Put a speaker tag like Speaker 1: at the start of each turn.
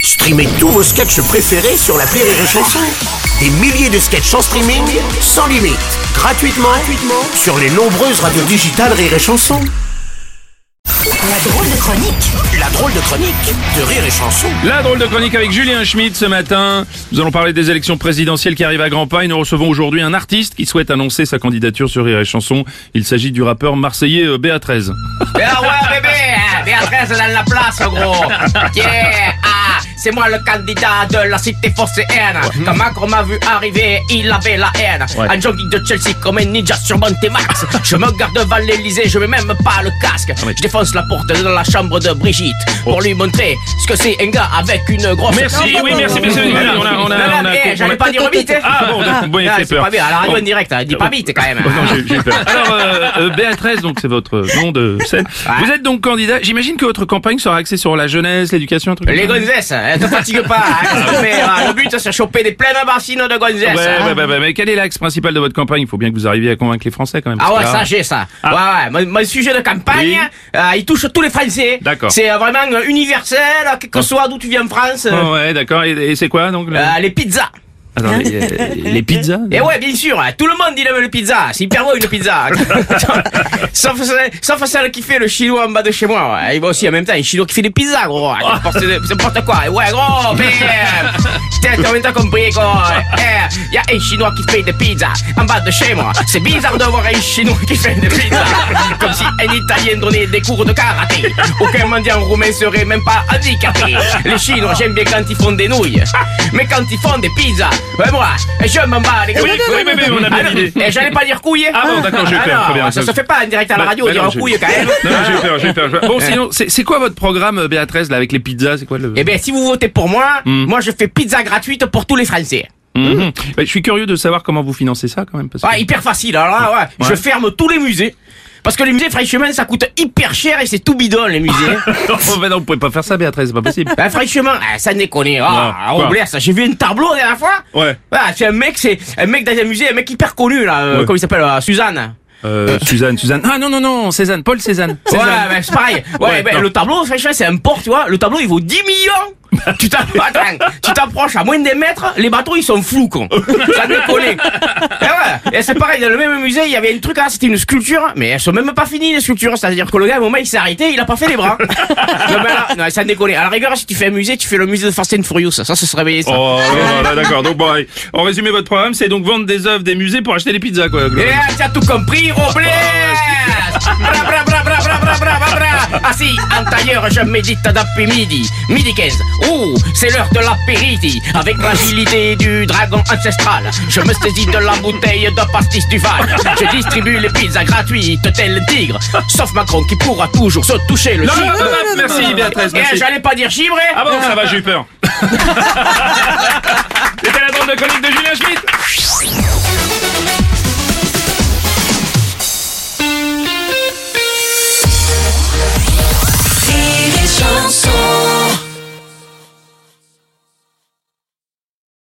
Speaker 1: Streamez tous vos sketchs préférés sur la Rire et Chanson. Des milliers de sketchs en streaming, sans limite, gratuitement, gratuitement sur les nombreuses radios digitales Rire et Chanson.
Speaker 2: La drôle de chronique
Speaker 1: La drôle de chronique de Rire et Chanson.
Speaker 3: La drôle de chronique avec Julien Schmidt ce matin. Nous allons parler des élections présidentielles qui arrivent à grands pas et nous recevons aujourd'hui un artiste qui souhaite annoncer sa candidature sur Rire et Chanson. Il s'agit du rappeur marseillais euh, BA13.
Speaker 4: Ah ouais, bébé, hein, Béatrice dans la place, gros. Yeah, ah, c'est moi le candidat de la cité phocéenne.
Speaker 3: Mhm.
Speaker 4: Quand Macron m'a vu arriver, il avait la haine. Un jogging de Chelsea comme un ninja sur mon T-Max. Je me garde devant l'Elysée, je mets même pas le casque.
Speaker 3: Ah, mais- Oh.
Speaker 4: Je défonce la porte de la chambre de Brigitte pour lui montrer ce que c'est un gars avec une grosse.
Speaker 3: Merci, oui, merci, merci. On a, on a, on a,
Speaker 4: Non, non,
Speaker 3: on a-
Speaker 4: eh, j'allais pas dire vite. hein.
Speaker 3: Ah bon, d'accord, bon, il
Speaker 4: Ah,
Speaker 3: fait
Speaker 4: c'est
Speaker 3: peur.
Speaker 4: pas bien. À la radio
Speaker 3: Bon.
Speaker 4: en direct, hein, dis pas vite quand même.
Speaker 3: Oh non, j'ai- j'ai eu peur. Alors, euh, euh, BA13, donc c'est votre nom de scène.
Speaker 4: Ah.
Speaker 3: Vous êtes donc candidat. J'imagine que votre campagne sera axée sur la jeunesse, l'éducation, un truc. comme
Speaker 4: Les
Speaker 3: ça.
Speaker 4: gonzesses, hein, te fatigue pas. hein, qu'est-ce que tu fais, hein le but, c'est choper des pleines bassines de gonzesses.
Speaker 3: Ah, Ouais,
Speaker 4: hein.
Speaker 3: ouais, ouais, ouais, mais quel est l'axe principal de votre campagne Il faut bien que vous arriviez à convaincre les Français quand même.
Speaker 4: Ah
Speaker 3: parce
Speaker 4: ouais,
Speaker 3: que là-
Speaker 4: ça j'ai ça. Ouais, ouais. Mon, mon sujet de campagne,
Speaker 3: Ah. Oui.
Speaker 4: euh, il touche tous les Français.
Speaker 3: D'accord.
Speaker 4: C'est euh, vraiment euh, universel, quel que soit d'où tu viens en France.
Speaker 3: Ah ouais, d'accord. Et, et c'est quoi donc le-
Speaker 4: Euh, les pizzas.
Speaker 3: Attends, les, euh, les pizzas
Speaker 4: Et ouais, bien sûr, hein, tout le monde il aime le pizza. C'est hyper bon une pizza. sauf, celle- sauf celle qui fait le chinois en bas de chez moi. ouais. Et moi aussi, en même temps, un chinois qui fait des pizzas, gros. Ah, N'importe n'importe quoi. Et ouais, gros, mais. Putain, t'as en même temps compris, gros. Eh, y a un chinois qui fait des pizzas en bas de chez moi. C'est bizarre de voir un chinois qui fait des pizzas. Comme si un italien donnait des cours de karaté. Aucun mendiant roumain serait même pas handicapé. Les chinois, j'aime bien quand ils font des nouilles. Mais quand ils font des pizzas, ouais, moi, je m'en bats les couilles.
Speaker 3: Oui, oui, mais, mais on a bien
Speaker 4: Ah non,
Speaker 3: l'idée.
Speaker 4: eh, j'allais pas dire couille.
Speaker 3: Ah bon, d'accord, j'ai eu
Speaker 4: Ah
Speaker 3: peur,
Speaker 4: non,
Speaker 3: très bien.
Speaker 4: Ça se fait pas en direct à la
Speaker 3: Bah,
Speaker 4: radio,
Speaker 3: bah
Speaker 4: dire
Speaker 3: non,
Speaker 4: un
Speaker 3: j'ai-
Speaker 4: couille quand même.
Speaker 3: Non, non, j'ai eu peur, j'ai eu peur. j'ai eu peur. Bon, sinon, c'est c'est quoi votre programme, euh, Béatrice, là, avec les pizzas C'est quoi le...
Speaker 4: Eh bien, si vous votez pour moi,
Speaker 3: Hmm.
Speaker 4: moi je fais pizza gratuite pour tous les Français.
Speaker 3: Mhm. Bah, Je suis curieux de savoir comment vous financez ça, quand même. Parce que...
Speaker 4: Ouais, Ah, hyper facile. Alors là, ouais, je
Speaker 3: Ouais.
Speaker 4: ferme tous les musées. Parce que les musées, franchement, ça coûte hyper cher et c'est tout bidon, les musées.
Speaker 3: non, bah non, vous pouvez pas faire ça, Béatrice, c'est pas possible.
Speaker 4: Ben franchement, eh, ça déconne. Ah,
Speaker 3: Ouais,
Speaker 4: on
Speaker 3: quoi
Speaker 4: blesse. J'ai vu un tableau la dernière fois.
Speaker 3: Ouais.
Speaker 4: Ah, c'est un mec, c'est un mec dans un musée, un mec hyper connu là, euh,
Speaker 3: Ouais.
Speaker 4: comment il s'appelle, euh, Suzanne.
Speaker 3: Euh, Suzanne, Suzanne. Ah non, non, non, Cézanne, Paul Cézanne.
Speaker 4: Ouais,
Speaker 3: Cézanne.
Speaker 4: ben, c'est pareil. Ouais,
Speaker 3: Ouais,
Speaker 4: ben,
Speaker 3: non.
Speaker 4: le tableau, franchement, c'est un port, tu vois. Le tableau, il vaut 10 millions. tu t'app- attends, tu t'approches à moins d'un mètre, les bateaux, ils sont flous, con. Ça décolle. Et ouais. Et c'est pareil, dans le même musée, il y avait un truc là, c'était une sculpture, mais elles sont même pas finies, les sculptures. C'est-à-dire que le gars, au moment, il s'est arrêté, il a pas fait les bras. non, mais là, non, ça décolle. À la rigueur, si tu fais un musée, tu fais le musée de Fast and Furious. Ça, ce serait bien, ça.
Speaker 3: Oh, là, là, là, d'accord. Donc, bon, allez. en résumé, votre programme, c'est donc vendre des œuvres des musées pour acheter des pizzas, quoi.
Speaker 4: Et là, t'as tout Eh, compris, Robles Bra, bra, bra, bra, bra, bra, bra, bra, bra. Assis en tailleur, je médite depuis midi. Midi 15. Ouh, c'est l'heure de l'apéritif. Avec l'agilité du dragon ancestral, je me saisis de la bouteille de pastis du Val. Je distribue les pizzas gratuites, tel le tigre. Sauf Macron qui pourra toujours se toucher le
Speaker 3: Non, non,
Speaker 4: chibre.
Speaker 3: non, non, merci, Béatrice,
Speaker 4: Eh,
Speaker 3: merci.
Speaker 4: j'allais pas dire chibre, eh.
Speaker 3: Ah bon, ça va, j'ai eu peur. C'était la bande de chronique de Julien Schmitt.